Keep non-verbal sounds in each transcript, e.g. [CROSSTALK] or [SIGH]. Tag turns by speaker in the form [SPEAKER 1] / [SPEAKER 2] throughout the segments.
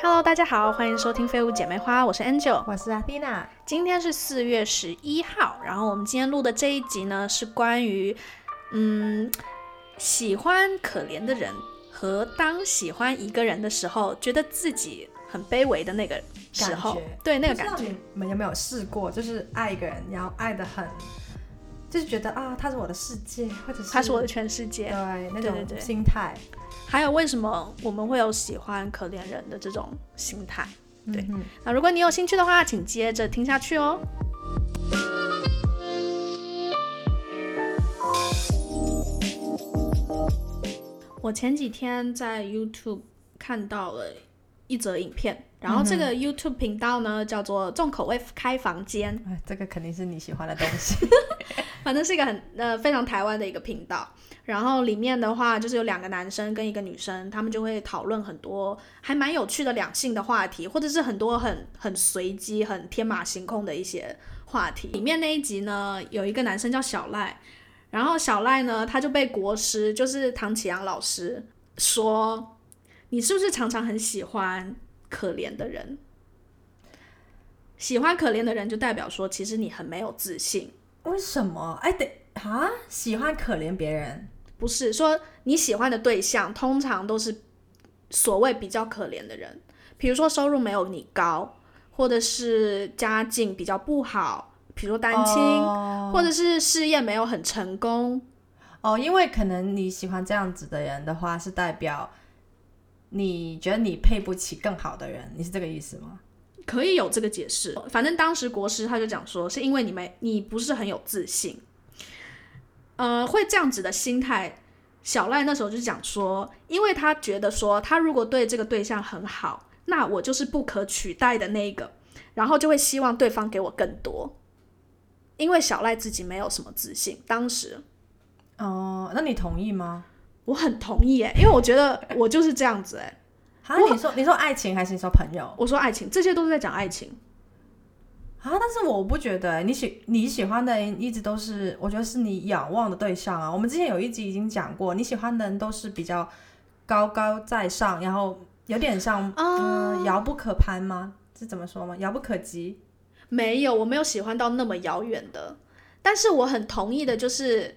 [SPEAKER 1] Hello，大家好，欢迎收听《废物姐妹花》，我是 Angel。
[SPEAKER 2] 我是阿蒂娜，
[SPEAKER 1] 今天是四月十一号，然后我们今天录的这一集呢，是关于嗯，喜欢可怜的人和当喜欢一个人的时候，觉得自己很卑微的那个时候
[SPEAKER 2] 哎感觉，
[SPEAKER 1] 对那个
[SPEAKER 2] 不知
[SPEAKER 1] 感
[SPEAKER 2] 道
[SPEAKER 1] 觉，
[SPEAKER 2] 你们有没有试过，就是爱一个人，然后爱的很，就是觉得啊，他是我的世界，或者是
[SPEAKER 1] 他是我的全世界。
[SPEAKER 2] 对那
[SPEAKER 1] 对对对
[SPEAKER 2] 种心态。
[SPEAKER 1] 还有为什么我们会有喜欢可怜人的这种心态？对
[SPEAKER 2] 嗯哼
[SPEAKER 1] 那如果你有兴趣的话，请接着听下去哦。我前几天在 YouTube 看到了一则影片，然后这
[SPEAKER 2] 嗯
[SPEAKER 1] 个 YouTube 频道呢叫做“重口味开房间”，
[SPEAKER 2] 哎，这个肯定是你喜欢的东西。
[SPEAKER 1] 反正是一个很呃非常台湾的一个频道。然后里面的话就是有两个男生跟一个女生，他们就会讨论很多还蛮有趣的两性的话题，或者是很多很很随机、很天马行空的一些话题。里面那一集呢，有一个男生叫小赖，然后小赖呢他就被国师，就是唐启阳老师说，你是不是常常很喜欢可怜的人？喜欢可怜的人，就代表说其实你很没有自信。
[SPEAKER 2] 为什么？哎，得啊，喜欢可怜别人，
[SPEAKER 1] 不是说你喜欢的对象通常都是所谓比较可怜的人，比如说收入没有你高，或者是家境比较不好，比如说单亲，
[SPEAKER 2] 哦
[SPEAKER 1] 或者是事业没有很成功。
[SPEAKER 2] 哦，因为可能你喜欢这样子的人的话，是代表你觉得你配不起更好的人，你是这个意思吗？
[SPEAKER 1] 可以有这个解释，反正当时国师他就讲说，是因为你没你不是很有自信，呃，会这样子的心态。小赖那时候就讲说，因为他觉得说，他如果对这个对象很好，那我就是不可取代的那一个，然后就会希望对方给我更多。因为小赖自己没有什么自信，当时
[SPEAKER 2] 哦，那你同意吗？
[SPEAKER 1] 我很同意诶，因为我觉得我就是这样子诶。
[SPEAKER 2] 啊，
[SPEAKER 1] 我
[SPEAKER 2] 你说你说爱情还是你说朋友？
[SPEAKER 1] 我说爱情，这些都是在讲爱情。
[SPEAKER 2] 啊，但是我不觉得你喜你喜欢的人一直都是，我觉得是你仰望的对象啊。我们之前有一集已经讲过，你喜欢的人都是比较高高在上，然后有点
[SPEAKER 1] 啊
[SPEAKER 2] 像嗯、遥不可攀吗？是怎么说吗？遥不可及。
[SPEAKER 1] 没有，我没有喜欢到那么遥远的，但是我很同意的，就是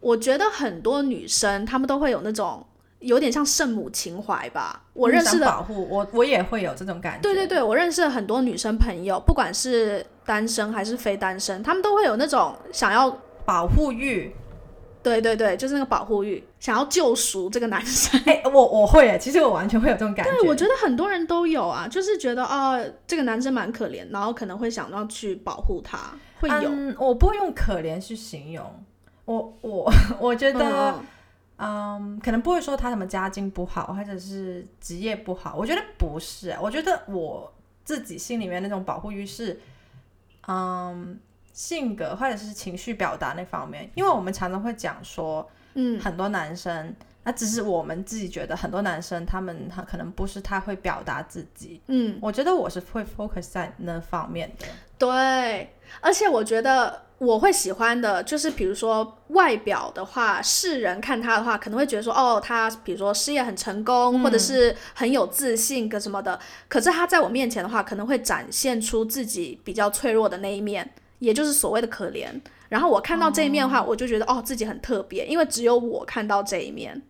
[SPEAKER 1] 我觉得很多女生她们都会有那种有点像圣母情怀吧。我
[SPEAKER 2] 你
[SPEAKER 1] 认
[SPEAKER 2] 想
[SPEAKER 1] 识的，
[SPEAKER 2] 保护我，我也会有这种感觉。
[SPEAKER 1] 对对对，我认识的很多女生朋友，不管是单身还是非单身，她们都会有那种想要，
[SPEAKER 2] 保护欲。 [LAUGHS]
[SPEAKER 1] 对对对，就是那个保护欲，想要救赎这个男生。
[SPEAKER 2] 哎，我我会耶，其实我完全会有这种感觉。
[SPEAKER 1] 对，我觉得很多人都有啊，就是觉得哦，这个男生蛮可怜，然后可能会想要去保护他，会有。
[SPEAKER 2] 嗯，我不会用可怜去形容。我我 [LAUGHS] 我觉得。
[SPEAKER 1] 嗯
[SPEAKER 2] 嗯，可能不会说他什么家境不好，或者是职业不好。我觉得不是，啊我觉得我自己心里面那种保护欲是，嗯，性格或者是情绪表达那方面。因为我们常常会讲说，
[SPEAKER 1] 嗯，
[SPEAKER 2] 很多男生，那只是我们自己觉得很多男生他们很可能不是太会表达自己。
[SPEAKER 1] 嗯
[SPEAKER 2] 我觉得我是会 focus 在那方面的。
[SPEAKER 1] 对，而且我觉得我会喜欢的，就是比如说外表的话，世人看他的话，可能会觉得说，哦，他比如说事业很成功，或者是很有自信跟什么的。可是他在我面前的话，可能会展现出自己比较脆弱的那一面，也就是所谓的可怜。然后我看到这一面的话，我就觉得哦，自己很特别，因为只有我看到这一面。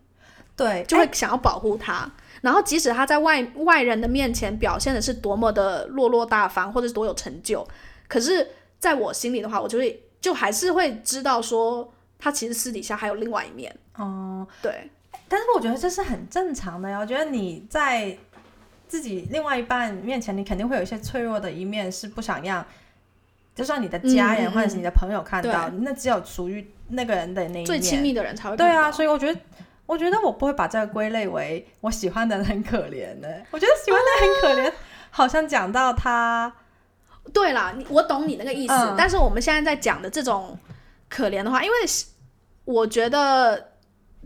[SPEAKER 2] 对，
[SPEAKER 1] 就会想要保护他。然后，即使他在外外人的面前表现的是多么的落落大方，或者是多有成就，可是在我心里的话，我就会就还是会知道说，他其实私底下还有另外一面。
[SPEAKER 2] 哦、
[SPEAKER 1] 对，
[SPEAKER 2] 但是我觉得这是很正常的呀。我觉得你在自己另外一半面前，你肯定会有一些脆弱的一面，是不想让，就算你的家
[SPEAKER 1] 嗯嗯
[SPEAKER 2] 人
[SPEAKER 1] 嗯
[SPEAKER 2] 或者是你的朋友看到，那只有属于那个人的那一面。
[SPEAKER 1] 最亲密的人才会
[SPEAKER 2] 对
[SPEAKER 1] 看
[SPEAKER 2] 啊，
[SPEAKER 1] 到
[SPEAKER 2] 所以我觉得。我觉得我不会把这个归类为我喜欢的人很可怜呢、我觉得喜欢的人很可怜，好像讲到他，
[SPEAKER 1] 对啦，你我懂你那个意思，
[SPEAKER 2] 嗯
[SPEAKER 1] 但是我们现在在讲的这种可怜的话，因为我觉得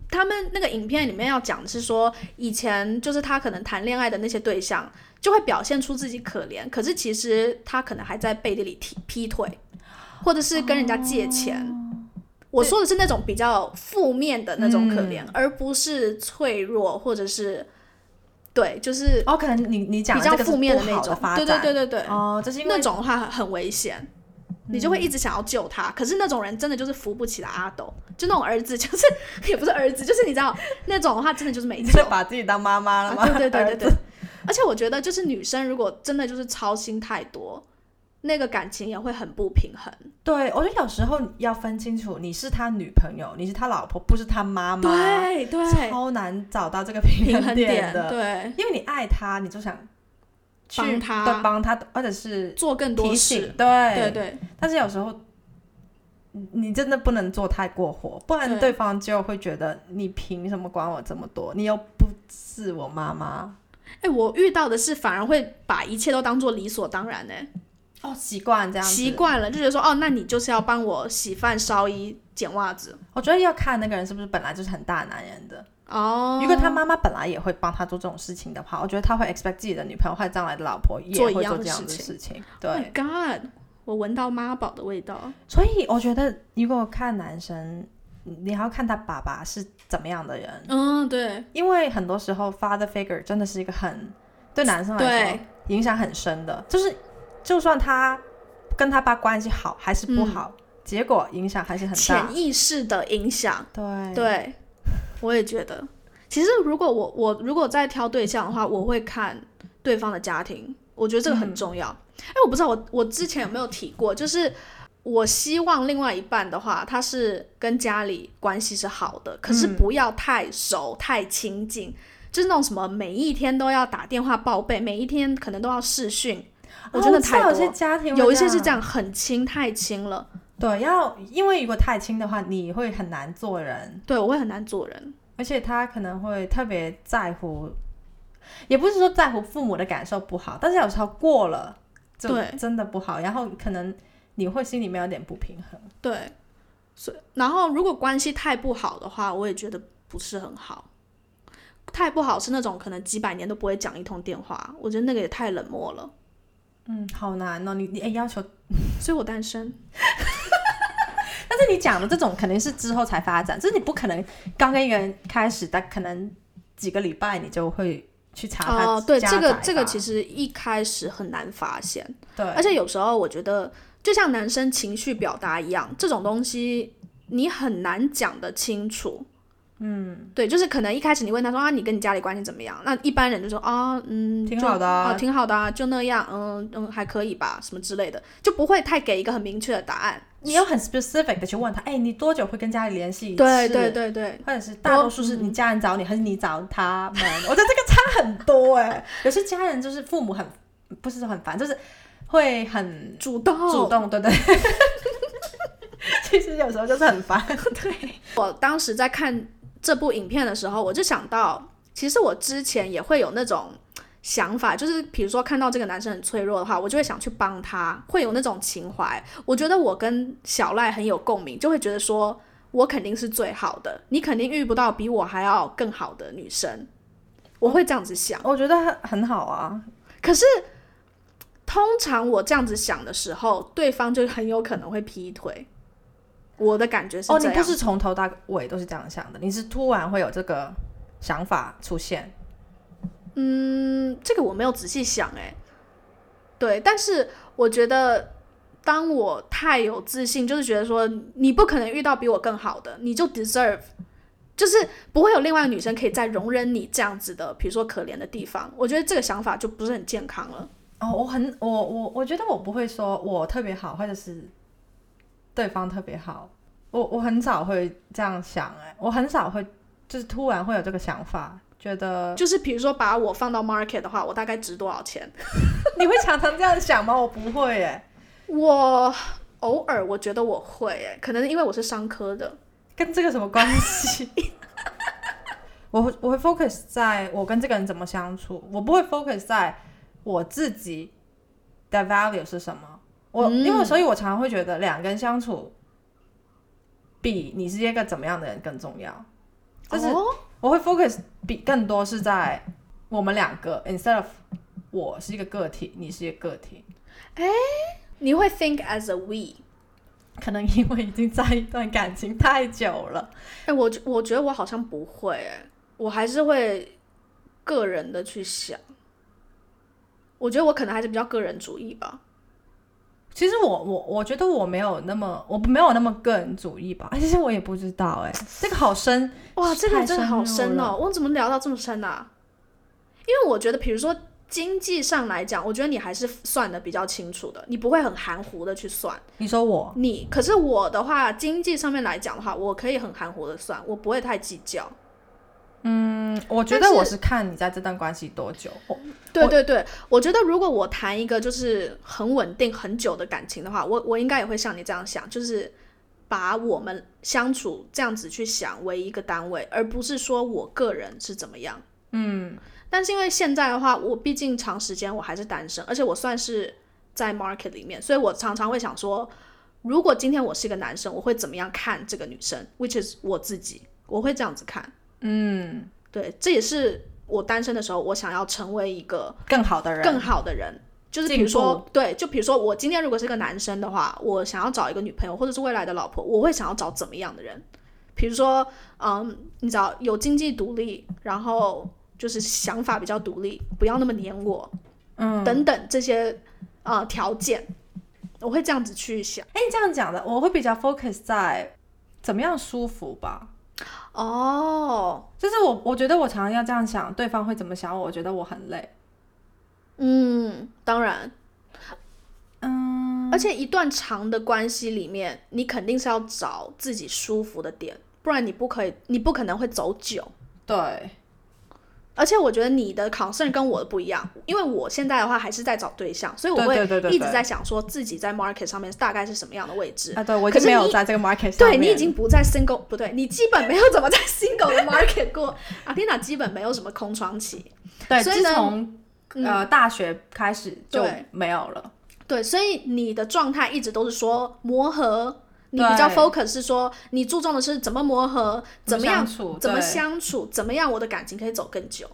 [SPEAKER 1] 他们那个影片里面要讲的是说，以前就是他可能谈恋爱的那些对象，就会表现出自己可怜，可是其实他可能还在背地里踢劈腿，或者是跟人家借钱。
[SPEAKER 2] 哦
[SPEAKER 1] 我说的是那种
[SPEAKER 2] 嗯
[SPEAKER 1] 比较负面的那种可怜，而不是脆弱或者是对，就是
[SPEAKER 2] 哦，可能你你讲
[SPEAKER 1] 比
[SPEAKER 2] 的
[SPEAKER 1] 较
[SPEAKER 2] 这个是
[SPEAKER 1] 负面
[SPEAKER 2] 不
[SPEAKER 1] 那
[SPEAKER 2] 好
[SPEAKER 1] 种。
[SPEAKER 2] 发
[SPEAKER 1] 对
[SPEAKER 2] 展，
[SPEAKER 1] 对对对对，
[SPEAKER 2] 哦，这是因为嗯
[SPEAKER 1] 那种的话很很危险，你就会一直想要救他。可是那种人真的就是扶不起的阿斗，就那种儿子，就是也不是儿子，就是你知道那种的话，真的就是没
[SPEAKER 2] 你
[SPEAKER 1] 救
[SPEAKER 2] 是。把自己当妈妈了吗？
[SPEAKER 1] 啊、对对对对
[SPEAKER 2] 儿
[SPEAKER 1] 对
[SPEAKER 2] 子，，
[SPEAKER 1] 而且我觉得就是女生如果真的就是操心太多，那个感情也会很不平衡。
[SPEAKER 2] 对我觉得有时候要分清楚，你是他女朋友，你是他老婆，不是他妈妈，
[SPEAKER 1] 对对，
[SPEAKER 2] 超难找到这个平
[SPEAKER 1] 平
[SPEAKER 2] 衡
[SPEAKER 1] 衡
[SPEAKER 2] 点
[SPEAKER 1] 点
[SPEAKER 2] 的，
[SPEAKER 1] 对，
[SPEAKER 2] 因为你爱他，你就想去
[SPEAKER 1] 帮他
[SPEAKER 2] 对帮他，或者是
[SPEAKER 1] 做更多
[SPEAKER 2] 提醒
[SPEAKER 1] 事，，
[SPEAKER 2] 对
[SPEAKER 1] 对对
[SPEAKER 2] 但是有时候你你真的不能做太过火，不然
[SPEAKER 1] 对
[SPEAKER 2] 对方就会觉得你凭什么管我这么多？你又不是我妈妈。
[SPEAKER 1] 哎，我遇到的是反而会把一切都当做理所当然呢、
[SPEAKER 2] 哦，习惯这样子
[SPEAKER 1] 习。惯了就觉得说，哦，那你就是要帮我洗饭、烧衣、捡袜子。
[SPEAKER 2] 我觉得要看那个人是不是本来就是很大男人的。
[SPEAKER 1] 哦，
[SPEAKER 2] 如果他妈妈本来也会帮他做这种事情的话，我觉得他会 expect 自己的女朋友或者将来的老婆也
[SPEAKER 1] 做
[SPEAKER 2] 会
[SPEAKER 1] 一样
[SPEAKER 2] 做
[SPEAKER 1] 的
[SPEAKER 2] 这样
[SPEAKER 1] 事
[SPEAKER 2] 的
[SPEAKER 1] 情
[SPEAKER 2] 事情。
[SPEAKER 1] Oh
[SPEAKER 2] 对，
[SPEAKER 1] my God，我闻到妈宝的味道。
[SPEAKER 2] 所以我觉得如果看男生，嗯你还要看他爸爸是怎么样的人，
[SPEAKER 1] 嗯，对
[SPEAKER 2] 因为很多时候 father figure 真的是一个很对男生来说
[SPEAKER 1] 对，
[SPEAKER 2] 影响很深的，就是就算他跟他爸关系好还是不好，结果影响还是很大
[SPEAKER 1] 嗯潜。意识的影响。
[SPEAKER 2] 对
[SPEAKER 1] 对，我也觉得。其实如果我我如果在挑对象的话，我会看对方的家庭，我觉得这个很重要。
[SPEAKER 2] 嗯
[SPEAKER 1] 哎、我不知道我我之前有没有提过，就是我希望另外一半的话，他是跟家里关系是好的，可是
[SPEAKER 2] 嗯
[SPEAKER 1] 不要太熟、太亲近。就是那种什么，每一天都要打电话报备，每一天可能都要视讯，
[SPEAKER 2] 啊
[SPEAKER 1] 我真的
[SPEAKER 2] 知道
[SPEAKER 1] 太
[SPEAKER 2] 有些
[SPEAKER 1] 多。
[SPEAKER 2] 家庭会
[SPEAKER 1] 有一些是这
[SPEAKER 2] 这样，
[SPEAKER 1] 样，
[SPEAKER 2] 啊
[SPEAKER 1] 很亲，太亲了，
[SPEAKER 2] 对，要因为如果太亲的话，你会很难做人，
[SPEAKER 1] 对我会很难做人。
[SPEAKER 2] 而且他可能会特别在乎，也不是说在乎父母的感受不好，但是有时候过了就
[SPEAKER 1] 对
[SPEAKER 2] 真的不好，然后可能你会心里面有点不平衡。
[SPEAKER 1] 对，所以然后如果关系太不好的话，我也觉得不是很好。太不好是那种可能几百年都不会讲一通电话，我觉得那个也太冷漠了，
[SPEAKER 2] 嗯，好难哦，你你、哎要求
[SPEAKER 1] 所以我单身。
[SPEAKER 2] 但是你讲的这种肯定是之后才发展，就是你不可能刚跟一个人开始，但可能几个礼拜你就会去查他
[SPEAKER 1] 哦、对，
[SPEAKER 2] 家
[SPEAKER 1] 这个
[SPEAKER 2] 宅
[SPEAKER 1] 这个
[SPEAKER 2] 吧
[SPEAKER 1] 其实一开始很难发现，
[SPEAKER 2] 对，
[SPEAKER 1] 而且有时候我觉得，就像男生情绪表达一样，这种东西你很难讲得清楚。嗯，对，就是可能一开始你问他说啊，你跟你家里关系怎么样？那一般人就说啊，嗯，
[SPEAKER 2] 挺
[SPEAKER 1] 就
[SPEAKER 2] 好的啊
[SPEAKER 1] 啊，挺好的啊，就那样，嗯嗯，还可以吧，什么之类的，就不会太给一个很明确的答案。
[SPEAKER 2] 你要很 specific 的去问他，哎，你多久会跟家里联系一次？
[SPEAKER 1] 对对，对对，
[SPEAKER 2] 或者是大多数是你家人找你，还是你找他们？ [LAUGHS] 我觉得这个差很多哎、有些家人就是父母很不是说很烦，就是会很
[SPEAKER 1] 主动
[SPEAKER 2] 主动，对不对？ [LAUGHS] 其实有时候就是很烦，对，
[SPEAKER 1] 我当时在看这部影片的时候，我就想到，其实我之前也会有那种想法，就是比如说看到这个男生很脆弱的话，我就会想去帮他，会有那种情怀。我觉得我跟小赖很有共鸣，就会觉得说我肯定是最好的，你肯定遇不到比我还要更好的女生，我会这样子想。
[SPEAKER 2] 我觉得很很好啊，
[SPEAKER 1] 可是通常我这样子想的时候，对方就很有可能会劈腿。我的感觉是这
[SPEAKER 2] 哦，
[SPEAKER 1] 样
[SPEAKER 2] 你不是从头到尾都是这样想的，你是突然会有这个想法出现。
[SPEAKER 1] 嗯，这个我没有仔细想哎、对，但是我觉得，当我太有自信，就是觉得说你不可能遇到比我更好的，你就 deserve，就是不会有另外一个女生可以再容忍你这样子的，比如说可怜的地方。我觉得这个想法就不是很健康了。
[SPEAKER 2] 哦，我很我我我觉得我不会说我特别好，或者是对方特别好，我我很少会这样想、哎，我很少会就是突然会有这个想法，
[SPEAKER 1] [LAUGHS]
[SPEAKER 2] 觉得
[SPEAKER 1] 就是比如说把我放到 market 的话，我大概值多少钱？
[SPEAKER 2] 你会常常这样想吗？我不会、哎，
[SPEAKER 1] 我偶尔我觉得我会哎、可能因为我是商科的，
[SPEAKER 2] 跟这个什么关系？ [LAUGHS] 我会我会 focus 在我跟这个人怎么相处，我不会 focus 在我自己的 value 是什么。我、因为
[SPEAKER 1] 嗯
[SPEAKER 2] 所以，我常常会觉得两个人相处比你是一个怎么样的人更重要。就是
[SPEAKER 1] 哦
[SPEAKER 2] 我会 focus 比更多是在我们两个，instead of 我是一个个体，你是一个个体。
[SPEAKER 1] 你会 think as a we。
[SPEAKER 2] 可能因为已经在一段感情太久了，
[SPEAKER 1] 哎、我觉我觉得我好像不会、哎，我还是会个人的去想。我觉得我可能还是比较个人主义吧。
[SPEAKER 2] 其实我我我觉得我没有那么我没有那么个人主义吧，哎其实我也不知道
[SPEAKER 1] [LAUGHS]
[SPEAKER 2] 哎、这个好深，
[SPEAKER 1] 哇，这个
[SPEAKER 2] 太
[SPEAKER 1] 真的
[SPEAKER 2] 深
[SPEAKER 1] 好
[SPEAKER 2] 入
[SPEAKER 1] 深哦！我怎么聊到这么深啊？因为我觉得，比如说经济上来讲，我觉得你还是算的比较清楚的，你不会很含糊的去算。
[SPEAKER 2] 你说我
[SPEAKER 1] 你可是我的话，经济上面来讲的话，我可以很含糊的算，我不会太计较。
[SPEAKER 2] 嗯，我觉
[SPEAKER 1] 但
[SPEAKER 2] 得
[SPEAKER 1] 是
[SPEAKER 2] 我是看你在这段关系多久，我
[SPEAKER 1] 对
[SPEAKER 2] 我
[SPEAKER 1] 对对，我觉得如果我谈一个就是很稳定很久的感情的话，我我应该也会像你这样想，就是把我们相处这样子去想为一个单位，而不是说我个人是怎么样。
[SPEAKER 2] 嗯
[SPEAKER 1] 但是因为现在的话，我毕竟长时间我还是单身，而且我算是在 market 里面，所以我常常会想说，如果今天我是一个男生，我会怎么样看这个女生，which is 我自己，我会这样子看。
[SPEAKER 2] 嗯
[SPEAKER 1] 对，这也是我单身的时候，我想要成为一个
[SPEAKER 2] 更好的人，
[SPEAKER 1] 更好的人。就是比
[SPEAKER 2] 进
[SPEAKER 1] 如说，对，就比如说我今天如果是个男生的话，我想要找一个女朋友或者是未来的老婆，我会想要找怎么样的人？比如说，嗯，你知道有经济独立，然后就是想法比较独立，不要那么黏我，
[SPEAKER 2] 嗯
[SPEAKER 1] 等等这些呃条件，我会这样子去想。
[SPEAKER 2] 哎，你这样讲的，我会比较 focus 在怎么样舒服吧。
[SPEAKER 1] 哦，
[SPEAKER 2] 就是我，我觉得我常常要这样想，对方会怎么想我，我觉得我很累。
[SPEAKER 1] 嗯，当然，
[SPEAKER 2] 嗯，
[SPEAKER 1] 而且一段长的关系里面，你肯定是要找自己舒服的点，不然你不可以，你不可能会走久。
[SPEAKER 2] 对，
[SPEAKER 1] 而且我觉得你的 concern 跟我的不一样，因为我现在的话还是在找对象，所以我
[SPEAKER 2] 对
[SPEAKER 1] 会
[SPEAKER 2] 对对对
[SPEAKER 1] 一直
[SPEAKER 2] 对
[SPEAKER 1] 在想说自己在 market 上面大概是什么样的位置。
[SPEAKER 2] 啊，对我已
[SPEAKER 1] 可
[SPEAKER 2] 经
[SPEAKER 1] 是
[SPEAKER 2] 没有
[SPEAKER 1] 你
[SPEAKER 2] 在这个 market 上
[SPEAKER 1] 对你已
[SPEAKER 2] 面
[SPEAKER 1] 经不在 single，不对，你基本没有怎么在 single 的 market 过。 [LAUGHS] 阿蒂娜基本没有什么空窗期，
[SPEAKER 2] 对，
[SPEAKER 1] 所以
[SPEAKER 2] 自
[SPEAKER 1] 呢嗯
[SPEAKER 2] 从呃大学开始就
[SPEAKER 1] 对
[SPEAKER 2] 没有了。
[SPEAKER 1] 对，所以你的状态一直都是说磨合，你比
[SPEAKER 2] 对
[SPEAKER 1] 较 focus 是说你注重的是怎么磨合，怎么样
[SPEAKER 2] 相处？
[SPEAKER 1] 怎么
[SPEAKER 2] 对？
[SPEAKER 1] 相处，怎么样我的感情可以走更久。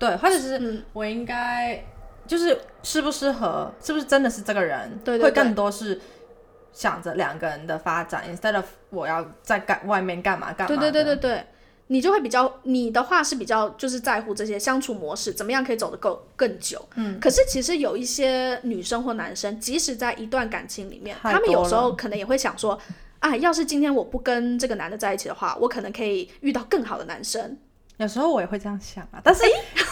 [SPEAKER 2] 对，或者是
[SPEAKER 1] 嗯，
[SPEAKER 2] 我应该就是适不适合，是不是真的是这个人？
[SPEAKER 1] 对对
[SPEAKER 2] 会
[SPEAKER 1] 对
[SPEAKER 2] 更多是想着两个人的发展，instead of 我要在干外面干嘛干嘛
[SPEAKER 1] 对
[SPEAKER 2] 的。
[SPEAKER 1] 对对对对，你就会比较，你的话是比较就是在乎这些相处模式，怎么样可以走得够更久。
[SPEAKER 2] 嗯，
[SPEAKER 1] 可是其实有一些女生或男生，即使在一段感情里面，
[SPEAKER 2] 太
[SPEAKER 1] 他们有
[SPEAKER 2] 多
[SPEAKER 1] 时候可能也会想说，啊，要是今天我不跟这个男的在一起的话，我可能可以遇到更好的男生。
[SPEAKER 2] 有时候我也会这样想啊，
[SPEAKER 1] [LAUGHS]
[SPEAKER 2] 但是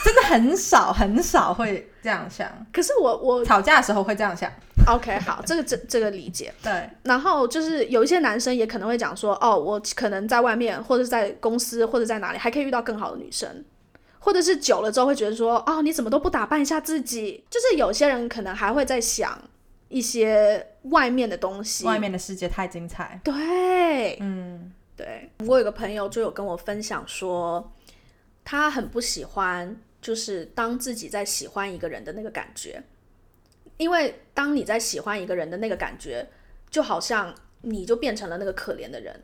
[SPEAKER 2] 真的很少很少会这样想。
[SPEAKER 1] 可是我我
[SPEAKER 2] 吵架的时候会这样想，
[SPEAKER 1] OK 好，这个这这个理解。
[SPEAKER 2] 对，
[SPEAKER 1] 然后就是有一些男生也可能会讲说，哦，我可能在外面或者是在公司或者在哪里还可以遇到更好的女生，或者是久了之后会觉得说，哦，你怎么都不打扮一下自己？就是有些人可能还会在想一些外面的东西。
[SPEAKER 2] 外面的世界太精彩。
[SPEAKER 1] 对
[SPEAKER 2] 嗯，
[SPEAKER 1] 对，我有个朋友就有跟我分享说，他很不喜欢就是当自己在喜欢一个人的那个感觉，因为当你在喜欢一个人的那个感觉，就好像你就变成了那个可怜的人。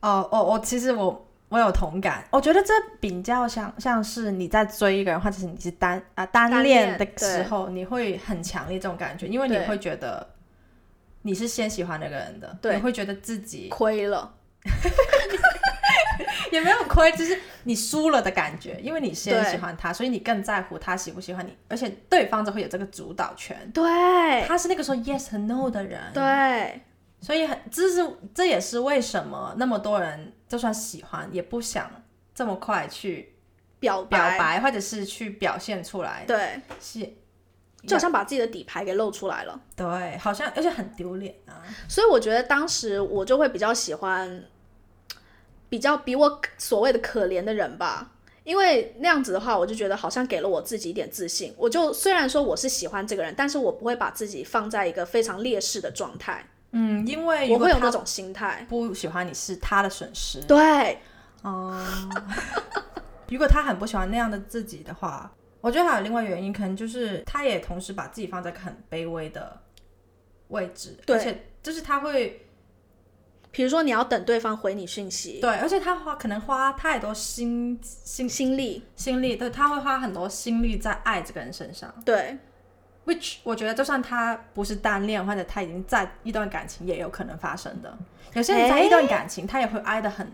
[SPEAKER 2] 哦，我我其实我我有同感，我觉得这比较像像是你在追一个人，或者是你是单啊、单
[SPEAKER 1] 单
[SPEAKER 2] 恋
[SPEAKER 1] 恋
[SPEAKER 2] 的时候，你会很强烈这种感觉，因为你
[SPEAKER 1] 对
[SPEAKER 2] 会觉得你是先喜欢那个人的，
[SPEAKER 1] 对
[SPEAKER 2] 你会觉得自己
[SPEAKER 1] 亏了，
[SPEAKER 2] 也没有亏，就是你输了的感觉，因为你先
[SPEAKER 1] 对
[SPEAKER 2] 喜欢他，所以你更在乎他喜不喜欢你，而且对方就会有这个主导权，
[SPEAKER 1] 对
[SPEAKER 2] 他是那个说 yes 和 no 的人，
[SPEAKER 1] 对
[SPEAKER 2] 所以很，这是这也是为什么那么多人就算喜欢，也不想这么快去
[SPEAKER 1] 表
[SPEAKER 2] 表
[SPEAKER 1] 白，
[SPEAKER 2] 白，或者是去表现出来。
[SPEAKER 1] 对，
[SPEAKER 2] 是，
[SPEAKER 1] 就好像把自己的底牌给露出来了。
[SPEAKER 2] 对，好像而且很丢脸啊。
[SPEAKER 1] 所以我觉得当时我就会比较喜欢，比较比我所谓的可怜的人吧，因为那样子的话，我就觉得好像给了我自己一点自信。我就虽然说我是喜欢这个人，但是我不会把自己放在一个非常劣势的状态，
[SPEAKER 2] 嗯，因为如
[SPEAKER 1] 我
[SPEAKER 2] 果
[SPEAKER 1] 会有那
[SPEAKER 2] 他
[SPEAKER 1] 种心态。
[SPEAKER 2] 不喜欢你是他的损失。
[SPEAKER 1] 对，
[SPEAKER 2] 哦、如果他很不喜欢那样的自己的话，我觉得还有另外原因，可能就是他也同时把自己放在一个很卑微的位置，
[SPEAKER 1] 对
[SPEAKER 2] 而且就是他会
[SPEAKER 1] 比如说你要等对方回你讯息，
[SPEAKER 2] 对，而且他花可能花太多心心
[SPEAKER 1] 心力，
[SPEAKER 2] 心力，对，他会花很多心力在爱这个人身上。
[SPEAKER 1] 对
[SPEAKER 2] which 我觉得，就算他不是单恋，或者他已经在一段感情，也有可能发生的。有些人在
[SPEAKER 1] 诶
[SPEAKER 2] 一段感情，他也会爱的很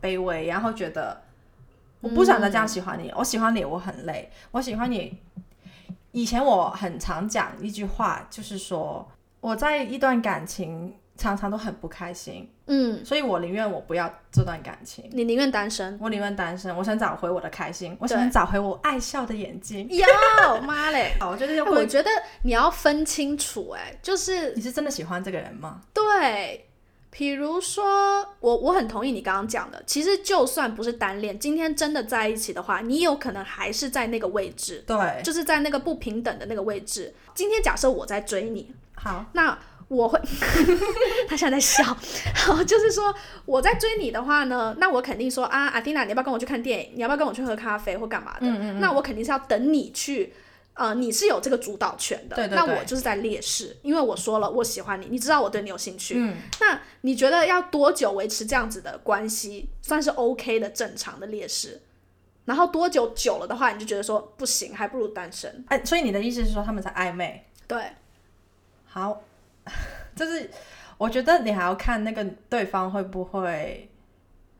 [SPEAKER 2] 卑微，然后觉得我不想再这样喜欢你，我喜欢你我很累，我喜欢你。以前我很常讲一句话，就是说我在一段感情常常都很不开心，
[SPEAKER 1] 嗯，
[SPEAKER 2] 所以我宁愿我不要这段感情，
[SPEAKER 1] 你宁愿单身？
[SPEAKER 2] 我宁愿单身，我想找回我的开心，我
[SPEAKER 1] 对
[SPEAKER 2] 想找回我爱笑的眼睛。
[SPEAKER 1] 哟妈
[SPEAKER 2] [LAUGHS]
[SPEAKER 1] 嘞！
[SPEAKER 2] 好，我觉得
[SPEAKER 1] 哎
[SPEAKER 2] 要
[SPEAKER 1] 我
[SPEAKER 2] 归，
[SPEAKER 1] 觉得你要分清楚、哎，就是
[SPEAKER 2] 你是真的喜欢这个人吗？
[SPEAKER 1] 对，比如说我我很同意你刚刚讲的，其实就算不是单恋，今天真的在一起的话，你有可能还是在那个位置，
[SPEAKER 2] 对，
[SPEAKER 1] 就是在那个不平等的那个位置。今天假设我在追你，
[SPEAKER 2] 好，
[SPEAKER 1] 那我会， [LAUGHS] 他现在在笑，好，就是说我在追你的话呢，那我肯定说啊，阿蒂娜，你要不要跟我去看电影？你要不要跟我去喝咖啡或干嘛的？
[SPEAKER 2] 嗯嗯
[SPEAKER 1] 那我肯定是要等你去，呃，你是有这个主导权的，
[SPEAKER 2] 对对
[SPEAKER 1] 那
[SPEAKER 2] 对
[SPEAKER 1] 我就是在劣势，因为我说了我喜欢你，你知道我对你有兴趣，
[SPEAKER 2] 嗯，
[SPEAKER 1] 那你觉得要多久维持这样子的关系算是 OK 的正常的劣势？然后多久久了的话，你就觉得说不行，还不如单身。
[SPEAKER 2] 哎，所以你的意思是说他们在暧昧？
[SPEAKER 1] 对，
[SPEAKER 2] 好， [LAUGHS] 就是我觉得你还要看那个对方会不会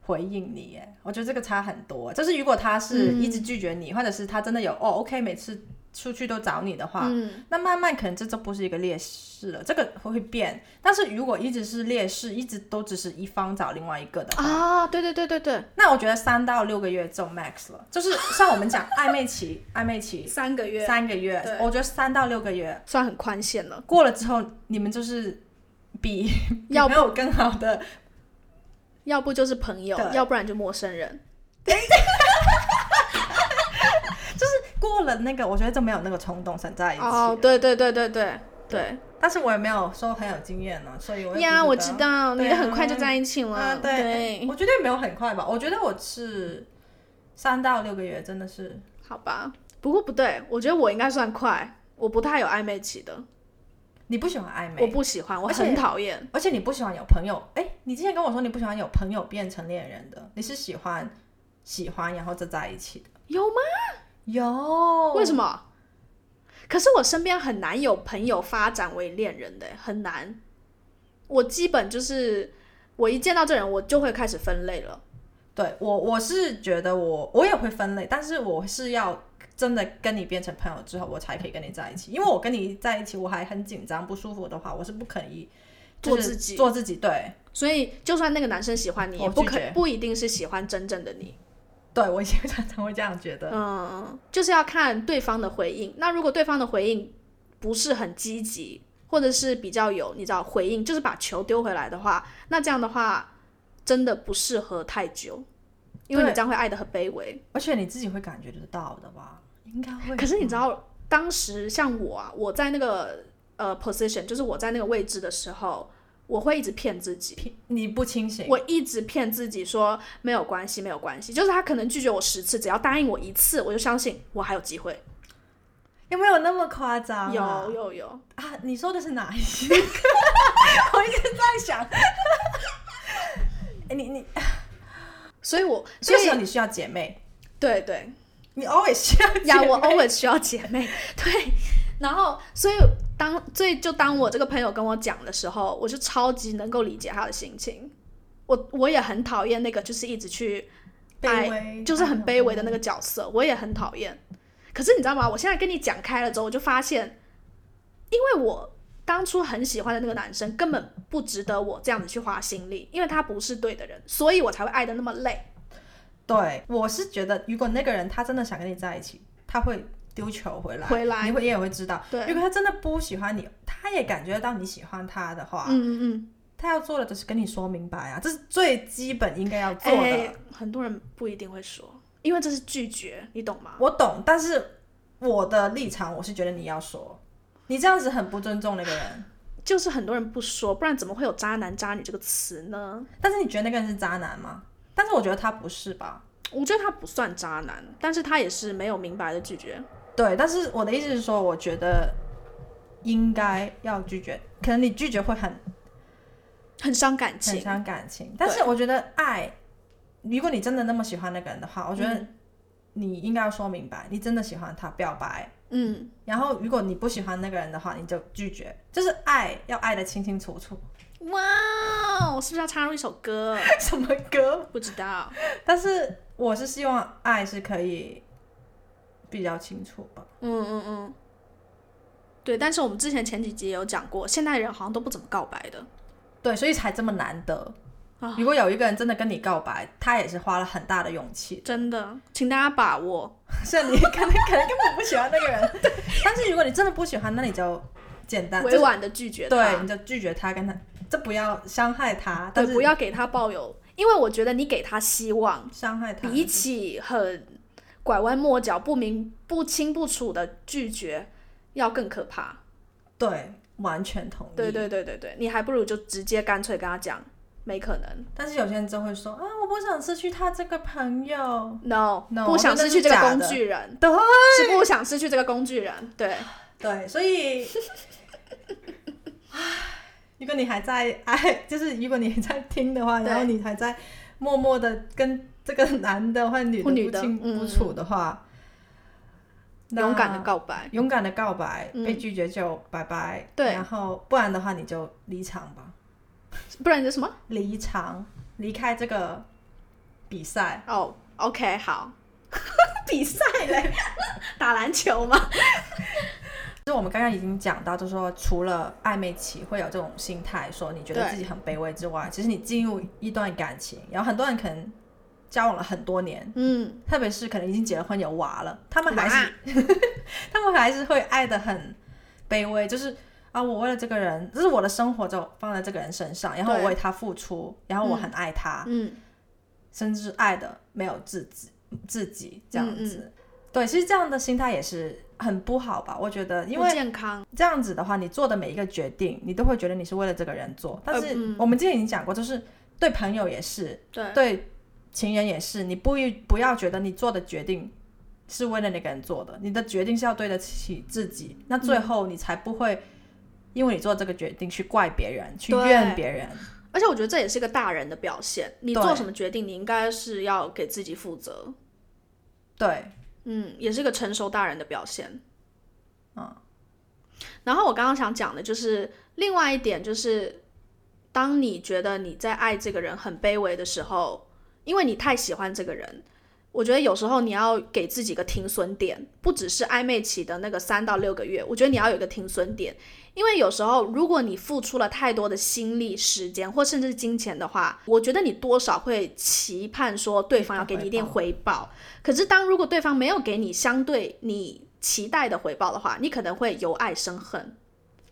[SPEAKER 2] 回应你，耶，我觉得这个差很多。就是如果他是一直拒绝你，或者是他真的有哦，OK，每次出去都找你的话，
[SPEAKER 1] 嗯，
[SPEAKER 2] 那慢慢可能这就不是一个劣势了，这个会变。但是如果一直是劣势，一直都只是一方找另外一个的话，
[SPEAKER 1] 啊，对对对对对，
[SPEAKER 2] 那我觉得三到六个月就 max 了。就是像我们讲暧昧期，暧昧期
[SPEAKER 1] 三个月
[SPEAKER 2] 三个月
[SPEAKER 1] 对，
[SPEAKER 2] 我觉得三到六个月
[SPEAKER 1] 算很宽限了，
[SPEAKER 2] 过了之后，你们就是
[SPEAKER 1] [LAUGHS]
[SPEAKER 2] 比
[SPEAKER 1] 要
[SPEAKER 2] 比朋友更好的。
[SPEAKER 1] 要不就是朋友，
[SPEAKER 2] 对
[SPEAKER 1] 要不然就陌生人。
[SPEAKER 2] 过了那个，我觉得就没有那个冲动想在一起。
[SPEAKER 1] 哦，对对对对对对，
[SPEAKER 2] 但是我也没有说很有经验呢，所以我也
[SPEAKER 1] 呀，
[SPEAKER 2] 不
[SPEAKER 1] 我知道，你
[SPEAKER 2] 对啊
[SPEAKER 1] 很快就在一起
[SPEAKER 2] 啊，
[SPEAKER 1] 了，
[SPEAKER 2] 对，我觉得也没有很快吧。我觉得我是三到六个月，真的是
[SPEAKER 1] 好吧。不过不对，我觉得我应该算快，我不太有暧昧期的，
[SPEAKER 2] 你不喜欢暧
[SPEAKER 1] 我
[SPEAKER 2] 昧，
[SPEAKER 1] 不喜欢，我
[SPEAKER 2] 而且
[SPEAKER 1] 很讨厌。
[SPEAKER 2] 而且你不喜欢有朋友。哎，你之前跟我说你不喜欢有朋友变成恋人的，你是喜欢喜欢然后就在一起的。
[SPEAKER 1] 有吗？
[SPEAKER 2] 有
[SPEAKER 1] 为什么？可是我身边很难有朋友发展为恋人的，很难。我基本就是，我一见到这人，我就会开始分类了。
[SPEAKER 2] 对我，我是觉得我我也会分类，但是我是要真的跟你变成朋友之后，我才可以跟你在一起。因为我跟你在一起，我还很紧张不舒服的话，我是不可以、就是、
[SPEAKER 1] 做自己
[SPEAKER 2] 做自己。对，
[SPEAKER 1] 所以，就算那个男生喜欢你，也
[SPEAKER 2] 我
[SPEAKER 1] 不
[SPEAKER 2] 哦拒
[SPEAKER 1] 可
[SPEAKER 2] 绝
[SPEAKER 1] 不一定是喜欢真正的你。
[SPEAKER 2] 对我以前 [LAUGHS] 常常会这样觉得。
[SPEAKER 1] 嗯，就是要看对方的回应。那如果对方的回应不是很积极，或者是比较有你知道回应，就是把球丢回来的话，那这样的话真的不适合太久，因为你
[SPEAKER 2] 对
[SPEAKER 1] 这样会爱的很卑微。
[SPEAKER 2] 而且你自己会感觉得到的吧？应该会。
[SPEAKER 1] 可是你知，道，当时像我啊，我在那个呃 position，就是我在那个位置的时候，我会一直骗自己。
[SPEAKER 2] 你不清醒。
[SPEAKER 1] 我一直骗自己说没有关系，没有关系。就是他可能拒绝我十次，只要答应我一次，我就相信我还有机会。
[SPEAKER 2] 有没有那么夸张、啊？
[SPEAKER 1] 有有有，
[SPEAKER 2] 啊！你说的是哪一些？ [LAUGHS] 我一直在想。 [LAUGHS] 哎，你你，
[SPEAKER 1] 所以我所
[SPEAKER 2] 这个时候
[SPEAKER 1] 以
[SPEAKER 2] 你需要姐妹，
[SPEAKER 1] 对对
[SPEAKER 2] 你 always 需要姐妹。
[SPEAKER 1] 呀，我 always 需要姐妹， [LAUGHS] 对。然后，所以当所以就当我这个朋友跟我讲的时候，我就超级能够理解他的心情。我我也很讨厌那个就是一直去
[SPEAKER 2] 卑微，
[SPEAKER 1] 就是很卑微的那
[SPEAKER 2] 个。
[SPEAKER 1] 个角色，我也很讨厌。可是你知道吗？我现在跟你讲开了之后，我就发现，因为我当初很喜欢的那个男生根本不值得我这样子去花心力，因为他不是对的人，所以我才会爱的那么累。
[SPEAKER 2] 对，我是觉得，如果那个人他真的想跟你在一起，他会丢球回来，
[SPEAKER 1] 回来
[SPEAKER 2] 你会也会知道。
[SPEAKER 1] 对
[SPEAKER 2] 如果他真的不喜欢你，他也感觉到你喜欢他的话，
[SPEAKER 1] 嗯嗯嗯。
[SPEAKER 2] 他要做的就是跟你说明白啊，这是最基本应该要做的。
[SPEAKER 1] 哎很多人不一定会说，因为这是拒绝，你懂吗？
[SPEAKER 2] 我懂，但是我的立场，我是觉得你要说，你这样子很不尊重那个人。
[SPEAKER 1] 就是很多人不说，不然怎么会有渣男渣女这个词呢？
[SPEAKER 2] 但是你觉得那个人是渣男吗？但是我觉得他不是吧。
[SPEAKER 1] 我觉得他不算渣男，但是他也是没有明白的拒绝。
[SPEAKER 2] 对，但是我的意思是说，我觉得应该要拒绝，可能你拒绝会很
[SPEAKER 1] 很伤感
[SPEAKER 2] 很
[SPEAKER 1] 情，
[SPEAKER 2] 伤感情。但是我觉得爱，如果你真的那么喜欢那个人的话，我觉得你应该要说明白，你真的喜欢他，表白。
[SPEAKER 1] 嗯，
[SPEAKER 2] 然后，如果你不喜欢那个人的话，你就拒绝，就是爱要爱的清清楚楚。 [LAUGHS]
[SPEAKER 1] 哇哦，是不是要插入一首歌？ [LAUGHS]
[SPEAKER 2] 什么歌？
[SPEAKER 1] 不知道，
[SPEAKER 2] 但是我是希望爱是可以比较清楚吧。
[SPEAKER 1] 嗯嗯嗯，对。但是我们之前前几集也有讲过，现代人好像都不怎么告白的。
[SPEAKER 2] 对，所以才这么难得
[SPEAKER 1] 啊。。
[SPEAKER 2] 如果有一个人真的跟你告白，他也是花了很大的勇气 [LAUGHS]
[SPEAKER 1] 真的，请大家把握。
[SPEAKER 2] 所以你可能 [LAUGHS] 可能根本不喜欢那个人， [LAUGHS] 但是如果你真的不喜欢，那你就简单，
[SPEAKER 1] 委婉的拒绝他，
[SPEAKER 2] 啊对，你就拒绝他，跟他这不要伤害他，但
[SPEAKER 1] 对，
[SPEAKER 2] 是
[SPEAKER 1] 不要给他抱有，因为我觉得你给他希望，
[SPEAKER 2] 伤害他。
[SPEAKER 1] 比起很拐弯抹角、不明不清不楚的拒绝，要更可怕。
[SPEAKER 2] 对，完全同意。
[SPEAKER 1] 对对对对对，你还不如就直接干脆跟他讲，没可能
[SPEAKER 2] 但是有些人就会说啊，我不想失去他这个朋友。
[SPEAKER 1] ，no，,
[SPEAKER 2] No，
[SPEAKER 1] 不想失去这个
[SPEAKER 2] 那是假
[SPEAKER 1] 工
[SPEAKER 2] 的
[SPEAKER 1] 具人，
[SPEAKER 2] 对
[SPEAKER 1] 是不想失去这个工具人，对，
[SPEAKER 2] 对，所以，唉如果你还在爱，就是如果你还在听的话，
[SPEAKER 1] 对
[SPEAKER 2] 然后你还在默默的跟这个男的或女
[SPEAKER 1] 或女
[SPEAKER 2] 的不
[SPEAKER 1] 的
[SPEAKER 2] 清
[SPEAKER 1] 嗯
[SPEAKER 2] 不楚的话，
[SPEAKER 1] [LAUGHS]
[SPEAKER 2] 那
[SPEAKER 1] 勇敢的告白，
[SPEAKER 2] 勇敢的告白，
[SPEAKER 1] 嗯
[SPEAKER 2] 被拒绝就拜拜。
[SPEAKER 1] 对
[SPEAKER 2] 然后不然的话你就离场吧，
[SPEAKER 1] 不然你就什么？
[SPEAKER 2] 离场，离开这个比赛。
[SPEAKER 1] 哦、o k [LAUGHS] 好，比赛 [LAUGHS] 嘞，打篮球吗？
[SPEAKER 2] 就是我们刚刚已经讲到，就是说除了暧昧期会有这种心态，说你觉得
[SPEAKER 1] 对
[SPEAKER 2] 自己很卑微之外，其实你进入一段感情，然后很多人可能交往了很多年，
[SPEAKER 1] 嗯，
[SPEAKER 2] 特别是可能已经结了婚有娃了，他们还
[SPEAKER 1] 哇
[SPEAKER 2] 是他们还是会爱的很卑微，就是啊，我为了这个人，就是我的生活就放在这个人身上，然后
[SPEAKER 1] 对
[SPEAKER 2] 我为他付出，然后我很爱他，
[SPEAKER 1] 嗯，
[SPEAKER 2] 甚至爱的没有自己自己这样
[SPEAKER 1] 嗯嗯
[SPEAKER 2] 子。对，其实这样的心态也是很不好吧？我觉得，因
[SPEAKER 1] 不
[SPEAKER 2] 为
[SPEAKER 1] 健康，
[SPEAKER 2] 这样子的话，你做的每一个决定，你都会觉得你是为了这个人做。但
[SPEAKER 1] 呃
[SPEAKER 2] 是
[SPEAKER 1] 嗯呃
[SPEAKER 2] 我们之前已经讲过，就是对朋友也是，
[SPEAKER 1] 对，
[SPEAKER 2] 对情人也是，你不一不要觉得你做的决定是为了那个人做的，你的决定是要对得起自己，那最后你才不会因为你做这个决定去怪别人，去
[SPEAKER 1] 对
[SPEAKER 2] 怨别人。
[SPEAKER 1] 而且我觉得这也是个大人的表现，你
[SPEAKER 2] 对
[SPEAKER 1] 做什么决定，你应该是要给自己负责，
[SPEAKER 2] 对，
[SPEAKER 1] 嗯，也是个成熟大人的表现。
[SPEAKER 2] 嗯，
[SPEAKER 1] 然后我刚刚想讲的就是另外一点，就是当你觉得你在爱这个人很卑微的时候，因为你太喜欢这个人，我觉得有时候你要给自己个停损点，不只是暧昧期的那个三到六个月，我觉得你要有一个停损点，因为有时候如果你付出了太多的心力、时间或甚至金钱的话，我觉得你多少会期盼说对方要给你一点回报。可是当如果对方没有给你相对你期待的回报的话，你可能会由爱生恨。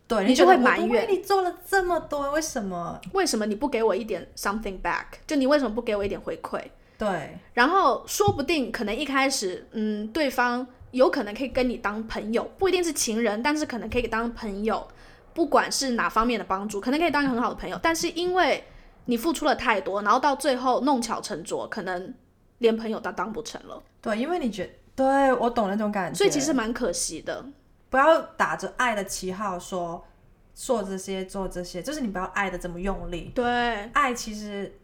[SPEAKER 2] 对，
[SPEAKER 1] 你
[SPEAKER 2] 你
[SPEAKER 1] 就
[SPEAKER 2] 觉得
[SPEAKER 1] 会
[SPEAKER 2] 我
[SPEAKER 1] 埋
[SPEAKER 2] 都为
[SPEAKER 1] 怨
[SPEAKER 2] 你做了这么多，为什么？
[SPEAKER 1] 为什么你不给我一点 something back？就你为什么不给我一点回馈？
[SPEAKER 2] 对
[SPEAKER 1] 然后说不定可能一开始，嗯，对方有可能可以跟你当朋友，不一定是情人，但是可能可以当朋友，不管是哪方面的帮助，可能可以当一个很好的朋友。但是因为你付出了太多，然后到最后弄巧成拙，可能连朋友都当不成了，
[SPEAKER 2] 对，因为你觉对我懂那种感觉，
[SPEAKER 1] 所以其实蛮可惜的。
[SPEAKER 2] 不要打着爱的旗号说做这些做这些，就是你不要爱的这么用力。
[SPEAKER 1] 对，
[SPEAKER 2] 爱其实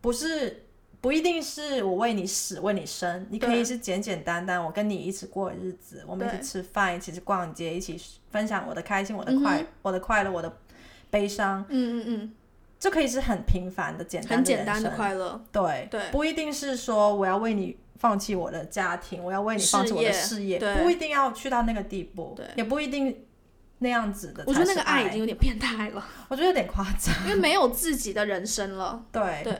[SPEAKER 2] 不是不一定是我为你死为你生，你可
[SPEAKER 1] 对
[SPEAKER 2] 以是简简单单，我跟你一起过日子，我们一
[SPEAKER 1] 对
[SPEAKER 2] 起吃饭，一起去逛街，一起分享我的开心，我的
[SPEAKER 1] 嗯哼
[SPEAKER 2] 快，我的快乐，我的悲伤，
[SPEAKER 1] 嗯嗯嗯，
[SPEAKER 2] 就可以是很平凡的简单的
[SPEAKER 1] 很简单
[SPEAKER 2] 人
[SPEAKER 1] 的
[SPEAKER 2] 生
[SPEAKER 1] 快乐，
[SPEAKER 2] 对
[SPEAKER 1] 对
[SPEAKER 2] 不一定是说我要为你放弃我的家庭，我要为你放弃我的
[SPEAKER 1] 事
[SPEAKER 2] 事
[SPEAKER 1] 业
[SPEAKER 2] 业，
[SPEAKER 1] 对
[SPEAKER 2] 不一定要去到那个地步，
[SPEAKER 1] 对
[SPEAKER 2] 也不一定那样子的才
[SPEAKER 1] 我
[SPEAKER 2] 是。
[SPEAKER 1] 觉得那个爱已经有点变态 [LAUGHS] 了，
[SPEAKER 2] 我觉得有点夸张。
[SPEAKER 1] 因为没有自己的人生了。
[SPEAKER 2] 对，
[SPEAKER 1] [LAUGHS] 对。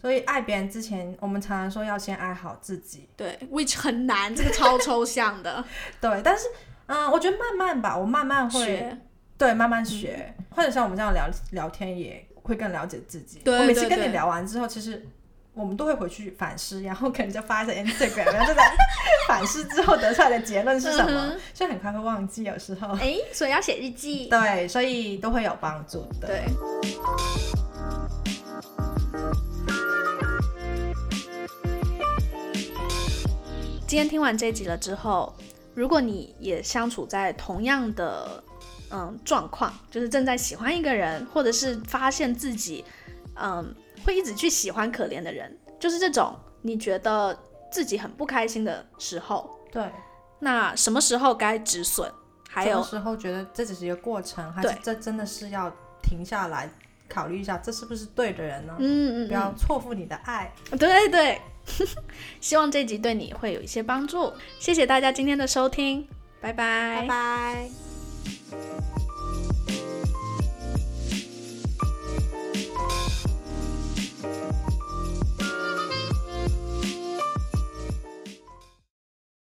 [SPEAKER 2] 所以爱别人之前，我们常常说要先爱好自己。
[SPEAKER 1] 对，which 很难，这个超抽象的
[SPEAKER 2] 对，但是嗯，我觉得慢慢吧，我慢慢会
[SPEAKER 1] 学。
[SPEAKER 2] 对慢慢学，
[SPEAKER 1] 嗯
[SPEAKER 2] 或者像我们这样聊聊天，也会更了解自己。
[SPEAKER 1] 对
[SPEAKER 2] 我每
[SPEAKER 1] 对
[SPEAKER 2] 次跟
[SPEAKER 1] 对
[SPEAKER 2] 你聊完之后，其实。我们都会回去反思，然后可能就发一
[SPEAKER 1] [LAUGHS]
[SPEAKER 2] 下 Instagram，然后就在反思之后得出来的结论是什么。
[SPEAKER 1] 嗯
[SPEAKER 2] 所以很快会忘记，有时候
[SPEAKER 1] 哼？哎，所以要写日记。
[SPEAKER 2] 对，所以都会有帮助的。，
[SPEAKER 1] 对。今天听完这集了之后，如果你也相处在同样的嗯状况，就是正在喜欢一个人，或者是发现自己嗯会一直去喜欢可怜的人，就是这种你觉得自己很不开心的时候，
[SPEAKER 2] 对，
[SPEAKER 1] 那什么时候该止损？还
[SPEAKER 2] 什么
[SPEAKER 1] 有，
[SPEAKER 2] 时候觉得这只是一个过程，还是
[SPEAKER 1] 对
[SPEAKER 2] 这真的是要停下来考虑一下，这是不是对的人呢？
[SPEAKER 1] 嗯嗯，
[SPEAKER 2] 不要错付你的爱。
[SPEAKER 1] 嗯对对， [LAUGHS] 希望这集对你会有嗯一些帮助，谢谢大家今天的收听，拜拜
[SPEAKER 3] 拜拜